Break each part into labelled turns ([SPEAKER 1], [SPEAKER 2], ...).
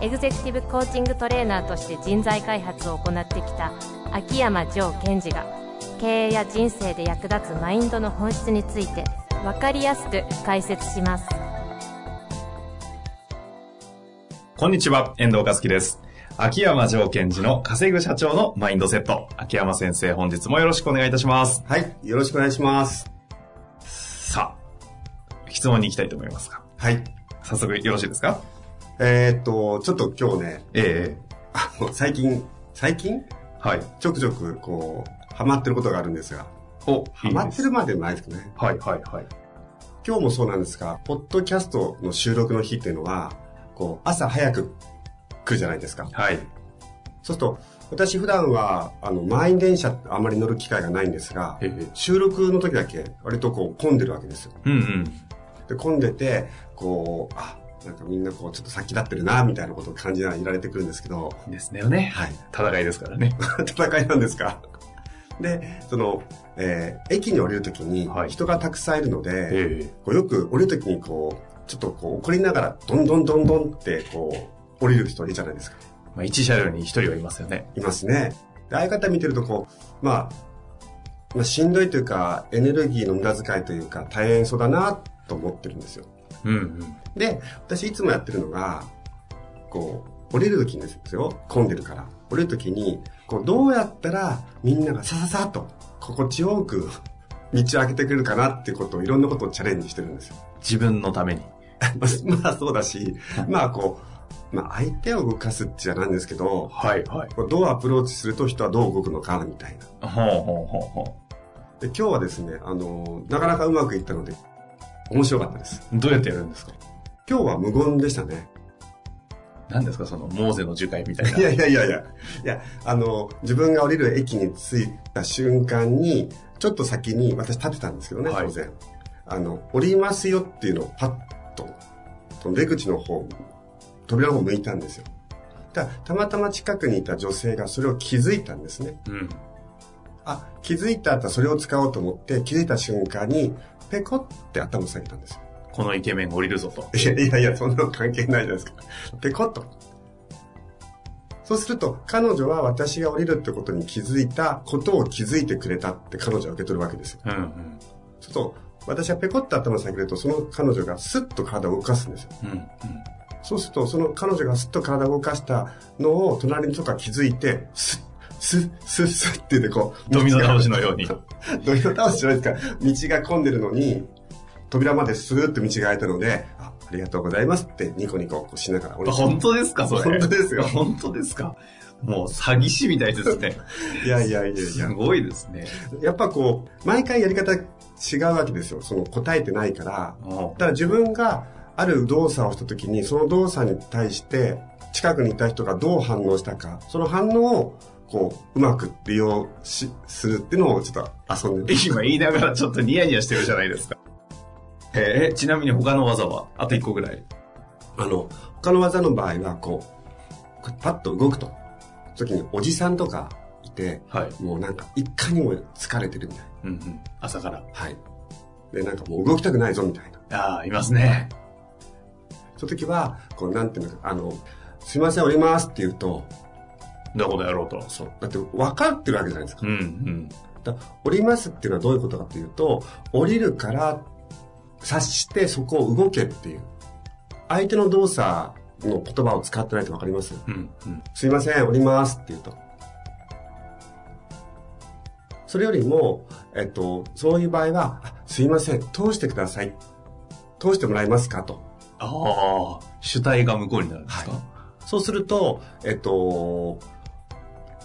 [SPEAKER 1] エグゼクティブコーチングトレーナーとして人材開発を行ってきた秋山城賢治が経営や人生で役立つマインドの本質について分かりやすく解説します
[SPEAKER 2] こんにちは、遠藤和樹です。秋山条件時の稼ぐ社長のマインドセット。秋山先生、本日もよろしくお願いいたします。
[SPEAKER 3] はい、よろしくお願いします。
[SPEAKER 2] さあ、質問に行きたいと思いますが、
[SPEAKER 3] はい。
[SPEAKER 2] 早速よろしいですか
[SPEAKER 3] えーっと、ちょっと今日ね、
[SPEAKER 2] え
[SPEAKER 3] あの、最近、最近
[SPEAKER 2] えはい。
[SPEAKER 3] ちょくちょく、こう、ハマってることがあるんですが、
[SPEAKER 2] お、
[SPEAKER 3] ハマ
[SPEAKER 2] いいで
[SPEAKER 3] っ
[SPEAKER 2] す
[SPEAKER 3] てるまでないですけどね。
[SPEAKER 2] はい、はい、はい。
[SPEAKER 3] 今日もそうなんですが、ポッドキャストの収録の日っていうのは、こう、朝早く来るじゃないですか。
[SPEAKER 2] はい。
[SPEAKER 3] そうすると、私普段は、あの、満員電車ってあまり乗る機会がないんですが
[SPEAKER 2] ええ、
[SPEAKER 3] 収録の時だけ、割とこう、混んでるわけですよ。
[SPEAKER 2] うんうん。
[SPEAKER 3] で混んでてこうあなんかみんなこうちょっと先立ってるなみたいなことを感じながらいられてくるんですけど
[SPEAKER 2] ですねよね。
[SPEAKER 3] はい
[SPEAKER 2] 戦いですからね。
[SPEAKER 3] 戦いなんですかでその、えー駅に降りるときに
[SPEAKER 2] はい
[SPEAKER 3] 人がたくさんいるので、
[SPEAKER 2] え
[SPEAKER 3] こうよく降りるときにこうちょっとこう怒りながらどんどんどんどんってこう降りる人いるじゃないですか
[SPEAKER 2] えまあ、一車両に一人はいますよね。
[SPEAKER 3] いますねでああいう方見てるとこう、まあ、まあしんどいというかエネルギーの無駄遣いというか大変そうだなと思ってるんですよ
[SPEAKER 2] うんうん。
[SPEAKER 3] で、私いつもやってるのが、こう、降りるときにですよ、混んでるから。降りるときに、こう、どうやったらみんながさささっと心地よく 道を開けてくれるかなってことを、いろんなことをチャレンジしてるんですよ。
[SPEAKER 2] 自分のために。
[SPEAKER 3] まあまあそうだし、まあこう、まあ相手を動かすってじゃなんですけど、
[SPEAKER 2] はい、はい。
[SPEAKER 3] こうどうアプローチすると人はどう動くのかみたいな。
[SPEAKER 2] ほうほうほうほ
[SPEAKER 3] で、今日はですね、あの、なかなかうまくいったので、面白かったです。
[SPEAKER 2] う。どうやってやるんですか
[SPEAKER 3] 今日は無言でしたね。
[SPEAKER 2] 何ですかその、モーゼの樹海みたいな。
[SPEAKER 3] いやいやいやいや、いや、あの、自分が降りる駅に着いた瞬間に、ちょっと先に私立ってたんですけどね、
[SPEAKER 2] はい
[SPEAKER 3] 当然。あの、降りますよっていうのをパッと、その出口の方、扉の方向いたんですよ。たたまたま近くにいた女性がそれを気づいたんですね。
[SPEAKER 2] うん。
[SPEAKER 3] あ、気づいた後それを使おうと思って、気づいた瞬間に、ペコって頭を下げたんですよ。
[SPEAKER 2] このイケメン降りるぞと。
[SPEAKER 3] いやいやいや、そんなの関係ないじゃないですか。ペコッと。そうすると、彼女は私が降りるってことに気づいたことを気づいてくれたって彼女は受け取るわけですよ。
[SPEAKER 2] うんうん。
[SPEAKER 3] ちょっと、私がペコッと頭を下げると、その彼女がスッと体を動かすんですよ。
[SPEAKER 2] うんうん。
[SPEAKER 3] そうすると、その彼女がスッと体を動かしたのを隣の人が気づいて、スッ、スッ、スッ、スッって言ってこう、
[SPEAKER 2] ドミノ倒しのように。
[SPEAKER 3] ドミノ倒しじゃないですか。道が混んでるのに、扉まですーっと道が開いたので、あありがとうございますってニコニコこうしながら降りて
[SPEAKER 2] 本当ですかそれ。
[SPEAKER 3] 本当ですよ
[SPEAKER 2] 本当ですかもう詐欺師みたいですね。
[SPEAKER 3] いやいやいやい
[SPEAKER 2] す
[SPEAKER 3] や。
[SPEAKER 2] ごいですね。
[SPEAKER 3] やっぱこう、毎回やり方違うわけですよ。その答えてないから。
[SPEAKER 2] も
[SPEAKER 3] ただ自分がある動作をした時に、その動作に対して、近くにいた人がどう反応したか、その反応を、こう、うまく利用し、するっていうのをちょっと遊ん
[SPEAKER 2] う
[SPEAKER 3] でる。
[SPEAKER 2] 今言いながらちょっとニヤニヤしてるじゃないですか。えーちなみに他の技はあと1個ぐらい。
[SPEAKER 3] あの、他の技の場合は、こう、こうパッと動くと。時におじさんとかいて、
[SPEAKER 2] はい。
[SPEAKER 3] もうなんか、いかにも疲れてるみたいな。
[SPEAKER 2] うんうん。朝から。
[SPEAKER 3] はい。で、なんかもう動きたくないぞみたいな。
[SPEAKER 2] ああ、いますね。
[SPEAKER 3] その時は、こう、なんていうのか、あの、すいません、降りますって言うと、
[SPEAKER 2] どこでやろうと。
[SPEAKER 3] そう。だって分かってるわけじゃないです
[SPEAKER 2] う。
[SPEAKER 3] か
[SPEAKER 2] んうん。
[SPEAKER 3] だから降りますっていうのはどういうことかというと、降りるから察してそこを動けっていう。相手の動作の言葉を使ってないと分かります
[SPEAKER 2] うんうん。
[SPEAKER 3] すいません、降りますって言うと。それよりも、えっと、そういう場合は、あすいません、通してください。通してもらえますかと。
[SPEAKER 2] ああ、主体が向こうになるんですか、
[SPEAKER 3] そうすると、えっと、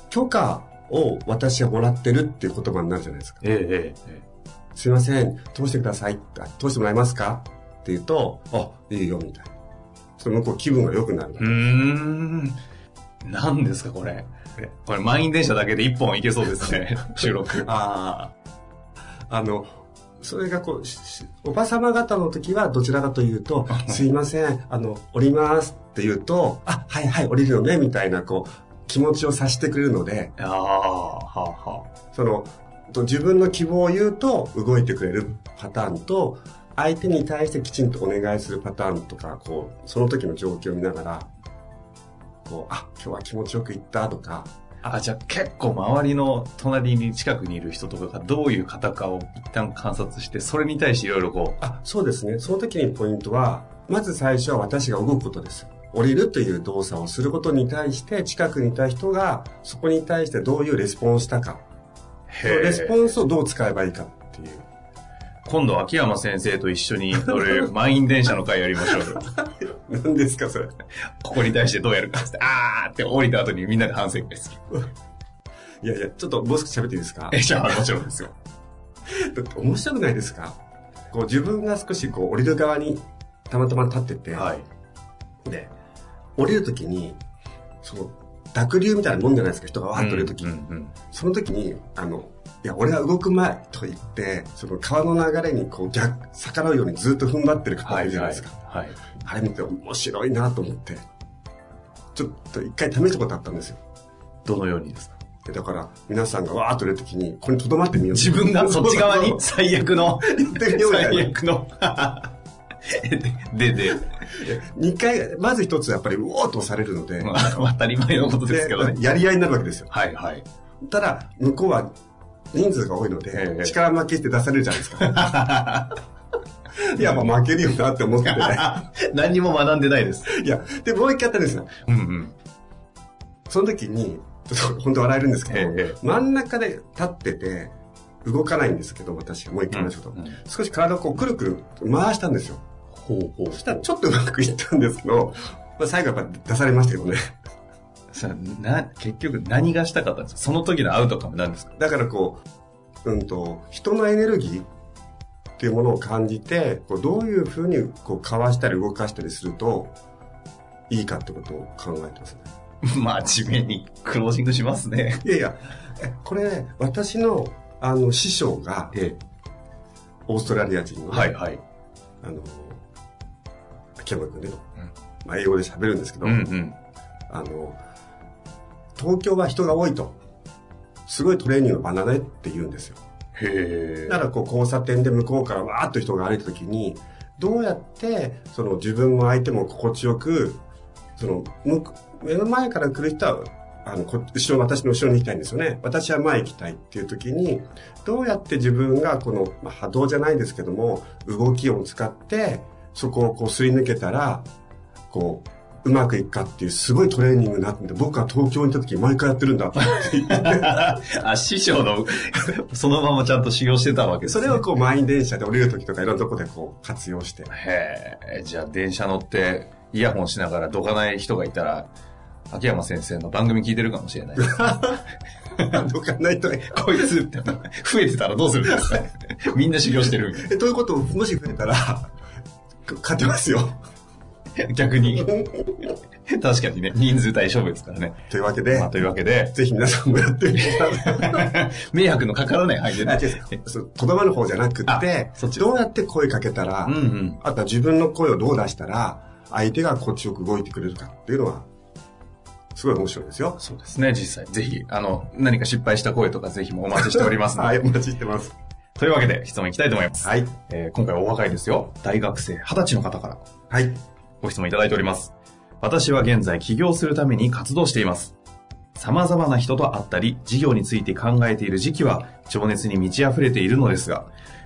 [SPEAKER 3] 許可を私はもらってるっていう言葉になるじゃないですか。
[SPEAKER 2] えええええ
[SPEAKER 3] すいません、通してください。あ通してもらえますかって言うと、あ、いいよ、みたいな。ちょっと向こう気分が良くなる
[SPEAKER 2] え。うーん。何ですか、これ。これ、満員電車だけで一本いけそうです ね。収録。
[SPEAKER 3] ああ。あの、それがこう、ししおばさま方の時はどちらかというと、すいません、あの、降りますって言うと、あ、はいはい、降りるよね、みたいな、こう、気持ちを察してくれるので、
[SPEAKER 2] ああ、はあ、は
[SPEAKER 3] その、と自分の希望を言うと動いてくれるパターンと、相手に対してきちんとお願いするパターンとか、こう、その時の状況を見ながら、こう、あ、今日は気持ちよく行ったとか、
[SPEAKER 2] あ。あ、じゃあ結構周りの隣に近くにいる人とかがどういう方かを一旦観察して、それに対していろいろこ
[SPEAKER 3] あ、そうですね。その時にポイントは、まず最初は私が動くことです。降りるという動作をすることに対して、近くにいた人が、そこに対してどういうレスポンスしたか。
[SPEAKER 2] う、
[SPEAKER 3] そのレスポ
[SPEAKER 2] ン
[SPEAKER 3] ンスをどう使えばいいかっていう。
[SPEAKER 2] 今度秋山先生と一緒に乗る満員電車の会やりましょう よ。
[SPEAKER 3] 何ですか、それ。
[SPEAKER 2] ここに対してどうやるかっつって、あーって降りた後にみんなで反省会 する。
[SPEAKER 3] いやいや、ちょっともう少し喋っていいですか
[SPEAKER 2] え、じゃあもちろんですよ。
[SPEAKER 3] だって面白くないですかこう自分が少しこう降りる側にたまたま立ってて、
[SPEAKER 2] はい。
[SPEAKER 3] で、降りる時に、その、濁流みたいなもんじゃないですか、人がわーっと降りる時
[SPEAKER 2] うんうん
[SPEAKER 3] その時に、あの、いや、俺は動くまいと言って、その川の流れにこう逆、逆らうようにずっと踏ん張ってる方
[SPEAKER 2] はい
[SPEAKER 3] る
[SPEAKER 2] い、
[SPEAKER 3] じゃない
[SPEAKER 2] は
[SPEAKER 3] で
[SPEAKER 2] い
[SPEAKER 3] すか。。
[SPEAKER 2] はい。
[SPEAKER 3] あれ見て面白いなと思って、ちょっと一回試したことあったんですよ。
[SPEAKER 2] どのようにですか
[SPEAKER 3] でだから、皆さんがわーっと出る時に、ここに留まってみよう。
[SPEAKER 2] 自分がそっち側に
[SPEAKER 3] 行
[SPEAKER 2] 最悪の、
[SPEAKER 3] ってみようみたい
[SPEAKER 2] 最
[SPEAKER 3] な。
[SPEAKER 2] 悪の。で、で、
[SPEAKER 3] 二回、まず一つやっぱり、うおーっと押されるので、
[SPEAKER 2] まあ当たり前のことですけどね。
[SPEAKER 3] やり合いになるわけですよ。
[SPEAKER 2] はいはい。
[SPEAKER 3] ただ、向こうは人数が多いの
[SPEAKER 2] え
[SPEAKER 3] で
[SPEAKER 2] え、
[SPEAKER 3] 力負けして出されるじゃないですか。 いや、まあ負けるよなって思って、
[SPEAKER 2] 何にも学んでないです。
[SPEAKER 3] いや、で、もう一回やったんですよ。
[SPEAKER 2] うんうん。
[SPEAKER 3] その時に、ちょっと本当笑えるんですけど、
[SPEAKER 2] ええ
[SPEAKER 3] 真ん中で立ってて、動かないんですけど、私がもう一回ましょうと。少し体をこうくるくる回したんですよ。
[SPEAKER 2] ほうほう。
[SPEAKER 3] そしたらちょっとうまくいったんですけど、まあ、最後やっぱ出されましたけどね。
[SPEAKER 2] さな、結局何がしたかったんですかその時のアウトカムなんですか
[SPEAKER 3] だからこう、うんと、人のエネルギーっていうものを感じて、こうどういうふうにこうかわしたり動かしたりすると、いいかってことを考えてますね。
[SPEAKER 2] まあ、地面にクロージングしますね。
[SPEAKER 3] いやいや、えこれ、私の、あの、師匠が、
[SPEAKER 2] え
[SPEAKER 3] オーストラリア人の、
[SPEAKER 2] はいはい。
[SPEAKER 3] あの、秋山君ね、まあ、英語で喋るんですけど、
[SPEAKER 2] うんうん。
[SPEAKER 3] あの、東京は人が多いと、すごいトレーニングの場だねって言うんですよ。
[SPEAKER 2] へえ
[SPEAKER 3] だ。からこう交差点で向こうからわーっと人が歩いた時に、どうやって、その自分も相手も心地よく、その、向く目の前から来る人は、あの、こ後ろ、私の後ろに行きたいんですよね。私は前行きたいっていう時に、どうやって自分がこの、まあ、波動じゃないですけども、動きを使って、そこをこうすり抜けたら、こう、うまくいくかっていうすごいトレーニングになってて、僕は東京に行った時毎回やってるんだって言って。
[SPEAKER 2] あ、師匠の、そのままちゃんと使用してたわけです
[SPEAKER 3] そ
[SPEAKER 2] ね。
[SPEAKER 3] れをこう満員電車で降りる時とかいろんなとこでこう活用して。
[SPEAKER 2] へえ、じゃあ電車乗ってイヤホンしながらどかない人がいたら、秋山先生の番組聞いてるかもしれ ない。
[SPEAKER 3] どかないとね。
[SPEAKER 2] こいつって、増えてたらどうするんですかみんな修行してるみ
[SPEAKER 3] えということを、もし増えたら、か勝てますよ。
[SPEAKER 2] たいな。逆に。確かにね、人数対勝負ですからね。
[SPEAKER 3] というわけで、
[SPEAKER 2] まあ、というわけ で、
[SPEAKER 3] ぜひ皆さんもやってみてくだ さい。
[SPEAKER 2] 迷惑のかからない範囲で
[SPEAKER 3] あ
[SPEAKER 2] ね
[SPEAKER 3] 違うそうとどまる方じゃなくて
[SPEAKER 2] あそっ、ち
[SPEAKER 3] どうやって声かけたら、
[SPEAKER 2] うんうん。
[SPEAKER 3] あとは自分の声をどう出したら、相手がこっちよく動いてくれるかっていうのは、すごい面白いですよ。
[SPEAKER 2] そうですね、実際。ぜひ、あの、何か失敗した声とかぜひもお待ちしておりますので。
[SPEAKER 3] はい、お待ちしてます。
[SPEAKER 2] というわけで、質問いきたいと思います。
[SPEAKER 3] はい。
[SPEAKER 2] えー今回はお若いですよ。大学生、二十歳の方から。
[SPEAKER 3] はい。
[SPEAKER 2] ご質問いただいております。私は現在起業するために活動しています。様々な人と会ったり、事業について考えている時期は情熱に満ち溢れているのですが、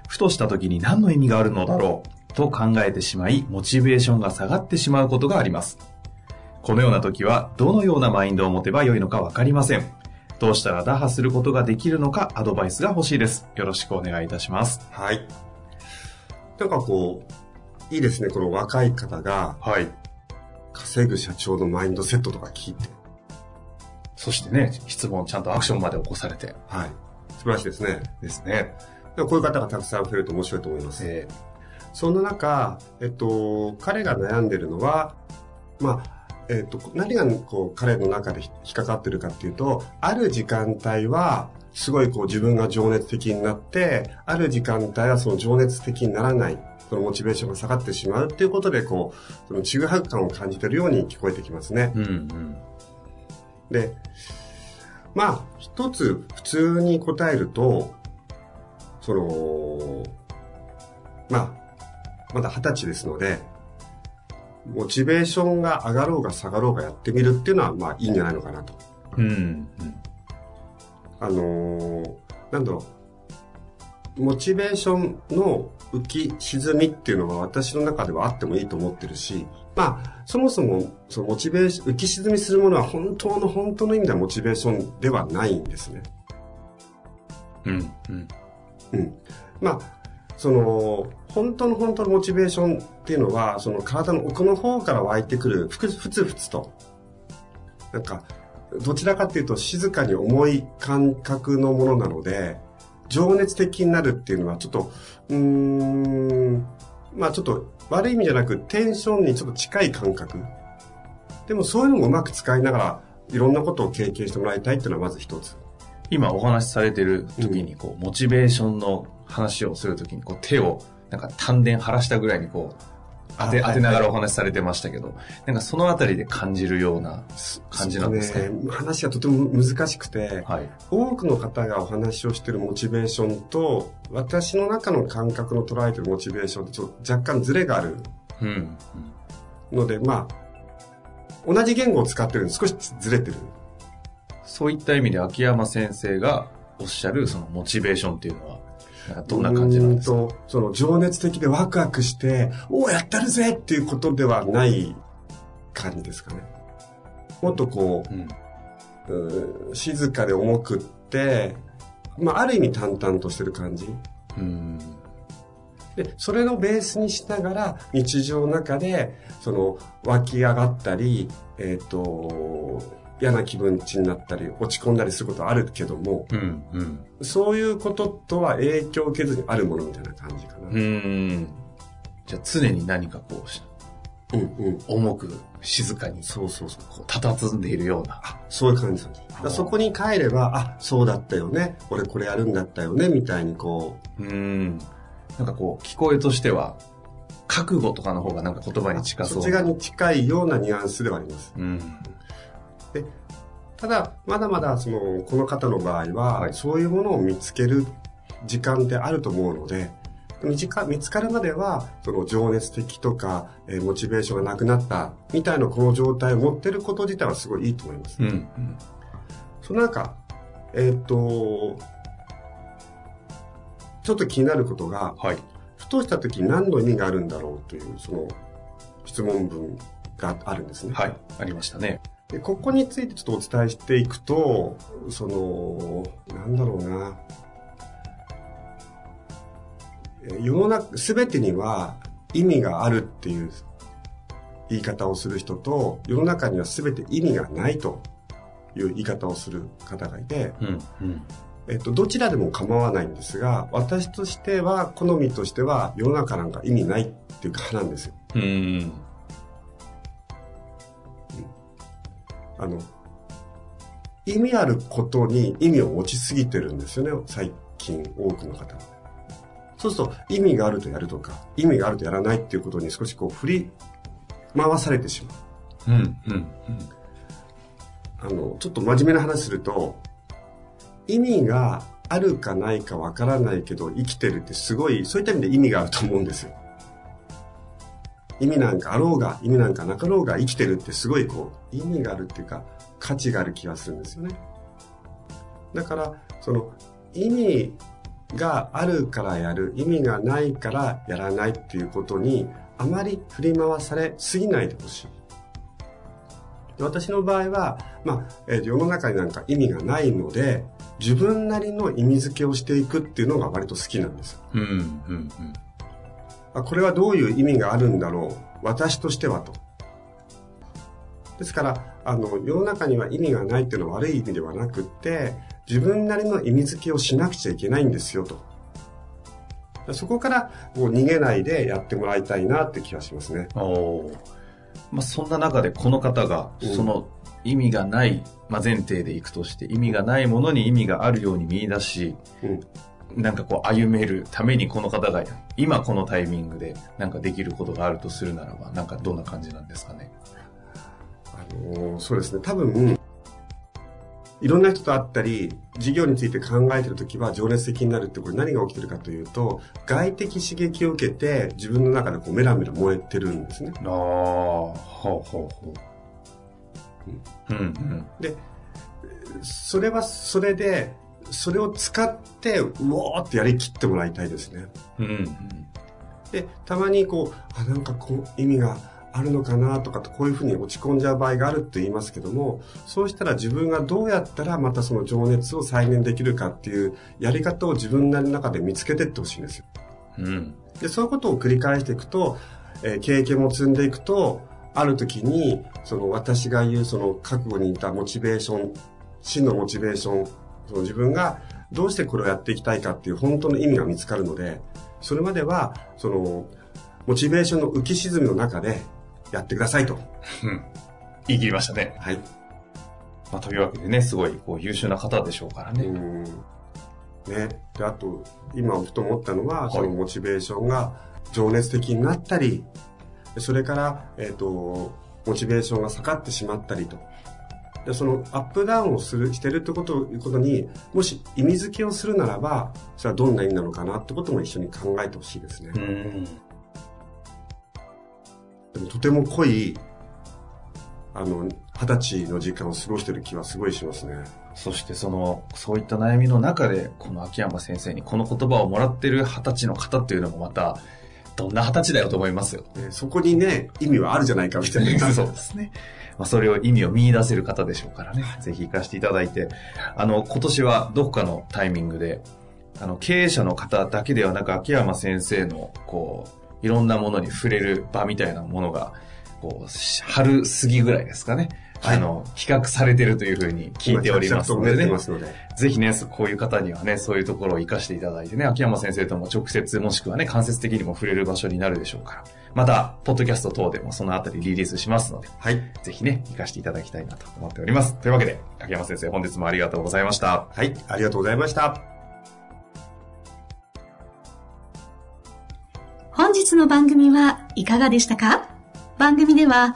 [SPEAKER 2] ふとした時に何の意味があるのだろうと考えてしまい、モチベーションが下がってしまうことがあります。このような時は、どのようなマインドを持てばよいのかわかりません。どうしたら打破することができるのかアドバイスが欲しいです。よろしくお願いいたします。
[SPEAKER 3] はい。なんかこう、いいですね、この若い方が、
[SPEAKER 2] はい。
[SPEAKER 3] 稼ぐ社長のマインドセットとか聞いて。
[SPEAKER 2] そしてね、質問ちゃんとアクションまで起こされて
[SPEAKER 3] はい。素晴らしいですね。
[SPEAKER 2] ですね。
[SPEAKER 3] でもこういう方がたくさん増えると面白いと思います。
[SPEAKER 2] えー
[SPEAKER 3] そんな中、えっと、彼が悩んでるのは、まあ、えっ、と、何がこう彼の中で引っかかってるかっていうと、ある時間帯は、すごいこう自分が情熱的になって、ある時間帯はその情熱的にならない、そのモチベーションが下がってしまうっていうことで、こう、そのちぐはぐ感を感じてるように聞こえてきますね。
[SPEAKER 2] うんうん。
[SPEAKER 3] で、まあ、一つ普通に答えると、その、まあ、まだ二十歳ですので、モチベーションが上がろうが下がろうがやってみるっていうのは、まあいいんじゃないのかなと。
[SPEAKER 2] うん
[SPEAKER 3] あのーなんだろう。モチベーションの浮き沈みっていうのは私の中ではあってもいいと思ってるし、まあ、そもそも、そのモチベーション、浮き沈みするものは本当の本当の意味ではモチベーションではないんですね。
[SPEAKER 2] うん。うんうん。
[SPEAKER 3] うん。まあ、その、本当の本当のモチベーションっていうのは、その体の奥の方から湧いてくる、ふくふつふつと、なんか、どちらかっていうと静かに重い感覚のものなので、情熱的になるっていうのはちょっと、うーん、まあちょっと悪い意味じゃなくテンションにちょっと近い感覚。でもそういうのもうまく使いながら、いろんなことを経験してもらいたいっていうのはまず一つ。
[SPEAKER 2] 今お話しされてる時に、こう、モチベーションの話をする時に、こう、手を、なんか丹田晴らしたぐらいに、こう、当て、
[SPEAKER 3] あ
[SPEAKER 2] 当てながらお話しされてましたけど、なんかそのあたりで感じるような感じなんです
[SPEAKER 3] ちょ
[SPEAKER 2] ね
[SPEAKER 3] っ。とね話がとても難しくて、
[SPEAKER 2] はい。
[SPEAKER 3] 多くの方がお話をしているモチベーションと、私の中の感覚の捉えているモチベーションってちょっと若干ズレがある
[SPEAKER 2] うんうん。
[SPEAKER 3] ので、まあ、同じ言語を使ってるんで少しずれてる。
[SPEAKER 2] そういった意味で秋山先生がおっしゃる、そのモチベーションっていうのは、なんかどんな感じなんですか
[SPEAKER 3] うーんとその情熱的でワクワクして、おお、やったるぜっていうことではない感じですかね。もっとこ
[SPEAKER 2] うん。
[SPEAKER 3] う、うーん静かで重くって、まあ、ある意味淡々としてる感じ。
[SPEAKER 2] うん。
[SPEAKER 3] で、それのベースにしながら、日常の中で、その、湧き上がったり、えっ、と、嫌な気分ちになったり、落ち込んだりすることはあるけども、
[SPEAKER 2] うん。うん。
[SPEAKER 3] そういうこととは影響を受けずにあるものみたいな感じかな。
[SPEAKER 2] うーん。じゃあ常に何かこうし、
[SPEAKER 3] うん、うん。
[SPEAKER 2] 重く、静かに、
[SPEAKER 3] そうそうそう。
[SPEAKER 2] こう、佇んでいるような。
[SPEAKER 3] そういう感じなんです。だからそこに帰れば、あ、そうだったよね。俺これやるんだったよね。みたいにこう、
[SPEAKER 2] うん。なんかこう、聞こえとしては、覚悟とかの方がなんか言葉に近そう。
[SPEAKER 3] そっち側に近いようなニュアンスではあります。
[SPEAKER 2] うん。
[SPEAKER 3] ただ、まだまだ、その、この方の場合は、
[SPEAKER 2] はい
[SPEAKER 3] そういうものを見つける時間ってあると思うので、見つか見つかるまでは、その情熱的とか、えーモチベーションがなくなった、みたいなこの状態を持ってること自体はすごいいいと思います。
[SPEAKER 2] うん。うん。
[SPEAKER 3] その中、えーっと、ちょっと気になることが、
[SPEAKER 2] はい。
[SPEAKER 3] ふとした時に何の意味があるんだろうという、その、質問文があるんですね。
[SPEAKER 2] はい。ありましたね。
[SPEAKER 3] でここについてちょっとお伝えしていくとそのなんだろうなえ世の中全てには意味があるっていう言い方をする人と世の中には全て意味がないという言い方をする方がいて、
[SPEAKER 2] うん。うん。
[SPEAKER 3] えっと、どちらでも構わないんですが私としては好みとしては世の中なんか意味ないっていう派なんですよ。
[SPEAKER 2] うん。
[SPEAKER 3] あの、意味あることに意味を持ちすぎてるんですよね、最近多くの方は。そうすると、意味があるとやるとか、意味があるとやらないっていうことに少しこう振り回されてしまう。
[SPEAKER 2] うん。うん。
[SPEAKER 3] あの、ちょっと真面目な話すると、意味があるかないかわからないけど生きてるってすごい、そういった意味で意味があると思うんですよ。意味なんかあろうが、意味なんかなかろうが生きてるってすごいこう、意味があるっていうか、価値がある気がするんですよね。だから、その、意味があるからやる、意味がないからやらないっていうことに、あまり振り回されすぎないでほしい。で私の場合は、まあえー世の中になんか意味がないので自分なりの意味付けをしていくっていうのが割と好きなんです
[SPEAKER 2] うん。うん。うん。うん。
[SPEAKER 3] あこれはどういう意味があるんだろう私としてはとですからあの世の中には意味がないっていうのは悪い意味ではなくって自分なりの意味付けをしなくちゃいけないんですよとそこからこう逃げないでやってもらいたいなって気がしますね
[SPEAKER 2] おーまあ、そんな中でこの方が
[SPEAKER 3] うん
[SPEAKER 2] その意味がない、まあ、前提でいくとして意味がないものに意味があるように見出し、なんかこう歩めるためにこの方が今このタイミングでなんかできることがあるとするならばなんかどんな感じなんですかね。
[SPEAKER 3] あのーそうですね、多分、いろんな人と会ったり、事業について考えてるときは情熱的になるって、これ何が起きてるかというと、外的刺激を受けて、自分の中でこうメラメラ燃えてるんですね。
[SPEAKER 2] ああ、ほうほうほう。うんうん。
[SPEAKER 3] それはそれで、それを使って、うおーってやりきってもらいたいですね。
[SPEAKER 2] うんうん。
[SPEAKER 3] で、たまにこう、あ、なんかこう、意味があるのかなとかと、こういうふうに落ち込んじゃう場合があるって言いますけども、そうしたら自分がどうやったらまたその情熱を再燃できるかっていうやり方を自分なりの中で見つけてってほしいんですよ。
[SPEAKER 2] うん。
[SPEAKER 3] で、そういうことを繰り返していくと、えー経験も積んでいくと、ある時に、その私が言うその覚悟にいたモチベーション、真のモチベーション、その自分がどうしてこれをやっていきたいかっていう本当の意味が見つかるので、それまでは、その、モチベーションの浮き沈みの中でやってくださいと。
[SPEAKER 2] うん言い切りましたね。
[SPEAKER 3] はい。
[SPEAKER 2] まあ、というわけでね、すごいこう優秀な方でしょうからね。
[SPEAKER 3] うん。ね。で、あと、今ふと思ったのは、
[SPEAKER 2] い
[SPEAKER 3] そのモチベーションが情熱的になったり、それから、えっ、と、モチベーションが下がってしまったりと。で、そのアップダウンをする、してるってこということに、もし意味付けをするならば、それはどんな意味なのかなってことも一緒に考えてほしいですね。
[SPEAKER 2] うん。
[SPEAKER 3] でもとても濃い、あの、二十歳の時間を過ごしてる気はすごいしますね。
[SPEAKER 2] そしてその、そういった悩みの中で、この秋山先生にこの言葉をもらってる二十歳の方っていうのもまた、どんな二十歳だよと思いますよ。
[SPEAKER 3] でそこにね、意味はあるじゃないかみたいな。
[SPEAKER 2] そうですね。まあ、それを意味を見出せる方でしょうからね。ぜひ行かせていただいて、あの、今年はどこかのタイミングで、あの、経営者の方だけではなく、秋山先生の、こう、いろんなものに触れる場みたいなものが、こう、し春過ぎぐらいですかね。
[SPEAKER 3] はい
[SPEAKER 2] あの、企画されてるというふうに聞いておりますの
[SPEAKER 3] 今
[SPEAKER 2] でね
[SPEAKER 3] 着々と練って。ますので。
[SPEAKER 2] ぜひね、そこういう方にはね、そういうところを活かしていただいてね、秋山先生とも直接もしくはね、間接的にも触れる場所になるでしょうから。また、ポッドキャスト等でもそのあたりリリースしますので、
[SPEAKER 3] はい。
[SPEAKER 2] ぜひね、活かしていただきたいなと思っております。というわけで、秋山先生、本日もありがとうございました。
[SPEAKER 3] はい。ありがとうございました。
[SPEAKER 4] 本日の番組はいかがでしたか番組では